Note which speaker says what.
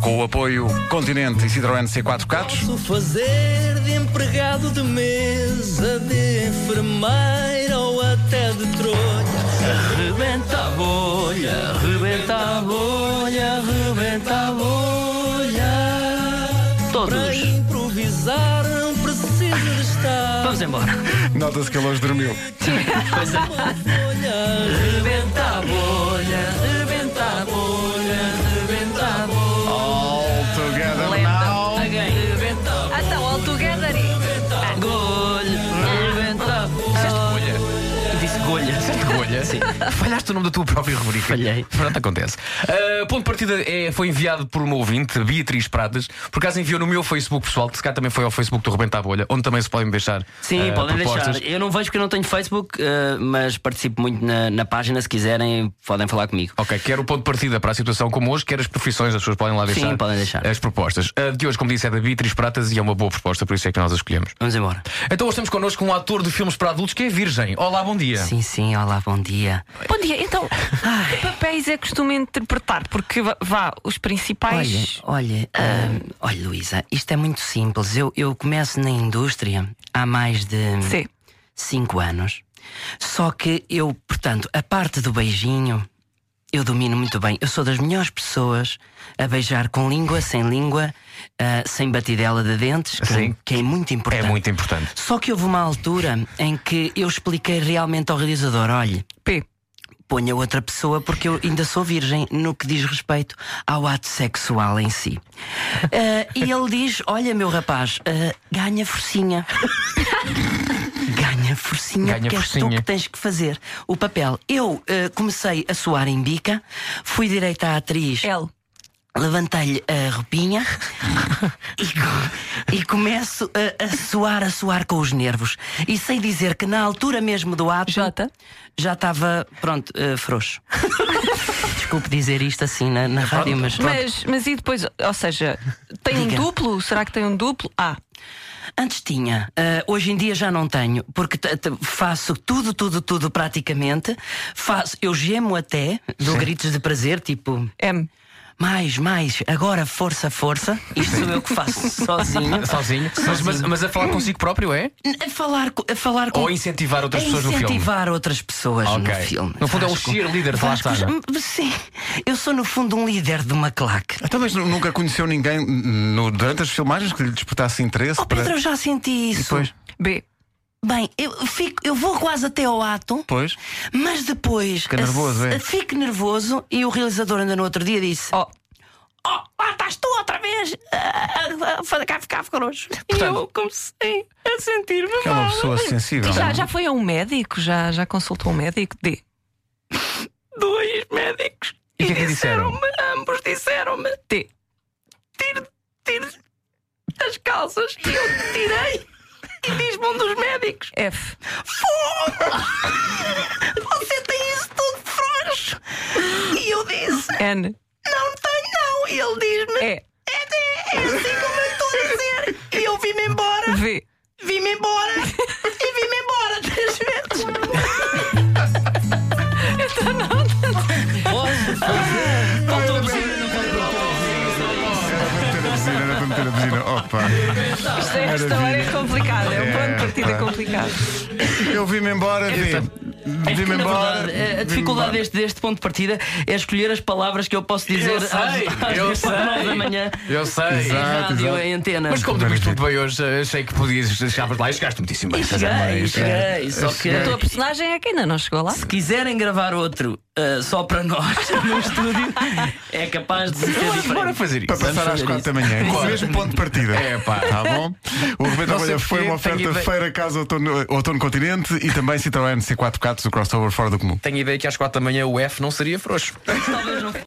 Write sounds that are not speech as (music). Speaker 1: Com o apoio Continente e Citroën C4 Catos.
Speaker 2: Posso fazer de empregado de mesa, de enfermeira ou até de trolha. Rebenta a bolha, rebenta a bolha, rebenta a bolha.
Speaker 3: Todos.
Speaker 2: Para improvisar não precisa de estar.
Speaker 3: Vamos embora. é.
Speaker 1: Nota-se que ele hoje dormiu.
Speaker 2: Uma folha, rebenta a bolha, rebenta a bolha, rebenta a bolha.
Speaker 1: All together now.
Speaker 3: Alguém.
Speaker 2: Rebenta a
Speaker 4: Ah, Então, all together e.
Speaker 3: Golho. Rebenta a bolha. Disse golha.
Speaker 5: Olha, falhaste o nome da tua própria rubrica.
Speaker 3: Falhei.
Speaker 5: Pronto, acontece. Ah, ponto de partida é, foi enviado por uma ouvinte, Beatriz Pratas. Por acaso enviou no meu Facebook pessoal, que se cá também foi ao Facebook do Rebenta a Bolha, onde também se podem deixar.
Speaker 3: Sim,
Speaker 5: ah,
Speaker 3: podem
Speaker 5: propostas.
Speaker 3: deixar. Eu não vejo porque eu não tenho Facebook, eh, mas participo muito na, na página. Se quiserem, podem falar comigo.
Speaker 5: Ok, quer o ponto de partida para a situação como hoje, quer as profissões, as pessoas podem lá deixar,
Speaker 3: Sim, podem deixar.
Speaker 5: as propostas. A de hoje, como disse, é da Beatriz Pratas e é uma boa proposta, por isso é que nós a escolhemos.
Speaker 3: Vamos embora.
Speaker 5: Então hoje temos connosco um ator de filmes para adultos que é virgem. Olá, bom dia.
Speaker 3: Sim, sim, olá, bom dia.
Speaker 4: Bom dia, então, que papéis é que costuma interpretar? Porque vá- vá, os
Speaker 3: Olha,
Speaker 4: principais.
Speaker 3: olha, ah, olha, Luísa, isto é muito simples. Eu, eu começo na indústria há mais de
Speaker 4: Sim.
Speaker 3: 5 anos. Só que eu, portanto, a parte do beijinho, eu domino muito bem. Eu sou das melhores pessoas a beijar com língua, sem língua, ah, sem batidela de dentes, que-
Speaker 5: Sim.
Speaker 3: que é muito
Speaker 5: É
Speaker 3: importante.
Speaker 5: muito importante.
Speaker 3: Só que houve uma altura em que eu expliquei realmente ao realizador: olha,
Speaker 4: P.
Speaker 3: ponha outra pessoa porque eu ainda sou virgem no que diz respeito ao ato sexual em
Speaker 5: (laughs)
Speaker 3: si. Eh, e ele diz: Olha, meu rapaz, eh, ganha forcinha.
Speaker 5: (laughs)
Speaker 3: Ganha forcinha,
Speaker 5: Ganha
Speaker 3: porque és tu
Speaker 5: forcinha.
Speaker 3: que tens que fazer o papel. Eu eh, comecei a suar em bica, fui direita à atriz.
Speaker 5: É.
Speaker 4: L.
Speaker 3: Levantei-lhe a roupinha
Speaker 5: (laughs)
Speaker 3: e, co- e começo a, a suar, a suar com os nervos. E sei dizer que na altura mesmo do ato
Speaker 4: Jota.
Speaker 3: já estava, pronto, eh, frouxo. (laughs) Desculpe dizer isto assim na, na rádio, mas, pronto.
Speaker 4: Mas, mas e depois, ou seja, tem um
Speaker 3: Diga.
Speaker 4: duplo? Será que tem um duplo? Ah,
Speaker 3: antes tinha. eh, hoje em dia já não tenho, porque t- t- faço tudo, tudo, tudo praticamente. Faço, eu gemo até, dou gritos de prazer, tipo.
Speaker 4: M.
Speaker 3: Mais, mais, agora força, força. Isto sou eu que
Speaker 5: (laughs)
Speaker 3: faço sozinho.
Speaker 5: Sozinho. Mas, mas, mas a falar consigo próprio é?
Speaker 3: A falar, co- a falar com.
Speaker 5: Ou a incentivar outras
Speaker 3: a
Speaker 5: pessoas no filme.
Speaker 3: incentivar outras pessoas
Speaker 5: Ok.
Speaker 3: no filme.
Speaker 5: No fundo é um
Speaker 3: Vasco.
Speaker 5: cheerleader de lá
Speaker 3: Vasco,
Speaker 5: estar.
Speaker 3: hum, Sim, eu sou no fundo um líder de uma claque.
Speaker 1: Então, mas nu- nunca conheceu ninguém n- no- durante as filmagens que lhe despertasse interesse?
Speaker 3: Oh Pedro, eu já senti
Speaker 1: E
Speaker 3: isso.
Speaker 1: depois?
Speaker 4: B.
Speaker 3: Bem, eu, fico, eu vou quase até ao ato,
Speaker 1: Pois.
Speaker 3: mas depois.
Speaker 1: Fica nervoso,
Speaker 3: a-
Speaker 1: é?
Speaker 3: Fico nervoso e o realizador ainda no outro dia disse:
Speaker 4: O.
Speaker 3: Oh, lá estás tu outra vez a- a- a fazer cá ficar frouxo. E
Speaker 5: Portanto-
Speaker 3: eu comecei a sentir-me
Speaker 1: É uma
Speaker 3: mal. (laughs)
Speaker 1: pessoa
Speaker 5: Tá
Speaker 1: sensível.
Speaker 4: Já, já foi a um médico? Já, já consultou um médico? D.
Speaker 3: Dois médicos.
Speaker 5: E o que é que disseram?
Speaker 3: disseram-me, ambos disseram-me:
Speaker 4: T.
Speaker 3: tire, tire as calças. E eu tirei. E diz-me um dos médicos:
Speaker 4: F.
Speaker 3: Você tem isso tudo frouxo. E eu disse:
Speaker 4: N.
Speaker 3: Não tenho, não. E ele diz-me:
Speaker 4: E.
Speaker 3: É, é assim como eu estou a dizer. E eu vim-me embora,
Speaker 4: V.
Speaker 3: vim-me embora e vim-me embora três vezes.
Speaker 1: Era para meter a buzina, era para meter a buzina. Opa.
Speaker 4: Isto é, esta hora é complicado. É um ponto de partida
Speaker 1: pá.
Speaker 4: complicado.
Speaker 1: Eu vim-me embora, vi. Vim-me
Speaker 3: É Na
Speaker 1: embora.
Speaker 3: verdade, eh,
Speaker 1: vim-me
Speaker 3: a dificuldade é-
Speaker 1: embora.
Speaker 3: deste, deste ponto de partida é escolher as palavras que eu posso dizer
Speaker 5: sei,
Speaker 3: às, (laughs) às
Speaker 5: eu
Speaker 3: 10
Speaker 5: sei.
Speaker 3: da nove da manhã
Speaker 5: Eu sei.
Speaker 3: em
Speaker 1: Exato,
Speaker 3: rádio,
Speaker 1: exato.
Speaker 3: em antena.
Speaker 5: Mas como tu viste muito bem hoje, achei que podias, chegavas lá e chegaste muitíssimo bem.
Speaker 3: E
Speaker 5: estás a
Speaker 3: cheguei,
Speaker 5: ver?
Speaker 3: cheguei, só que
Speaker 4: A tua personagem é que ainda não chegou lá.
Speaker 3: se quiserem gravar outro ah, só para nós (laughs) no estúdio, é capaz de ser
Speaker 5: Bora- Bora
Speaker 3: diferente.
Speaker 5: fazer
Speaker 1: Para
Speaker 5: isso.
Speaker 1: passar às
Speaker 3: fazer
Speaker 1: quatro da manhã, com o
Speaker 5: Bora.
Speaker 1: mesmo ponto de partida.
Speaker 5: É, pá.
Speaker 1: Tá bom? O Rebenta
Speaker 5: Não sei
Speaker 1: Olha foi
Speaker 5: porquê,
Speaker 1: uma
Speaker 5: tenho
Speaker 1: oferta
Speaker 5: ideia.
Speaker 1: feira casa outono, outono continente e também Citroën C4 Catos, o crossover fora do comum.
Speaker 5: Tenho ideia que às quatro da manhã o F não seria frouxo.
Speaker 3: Talvez não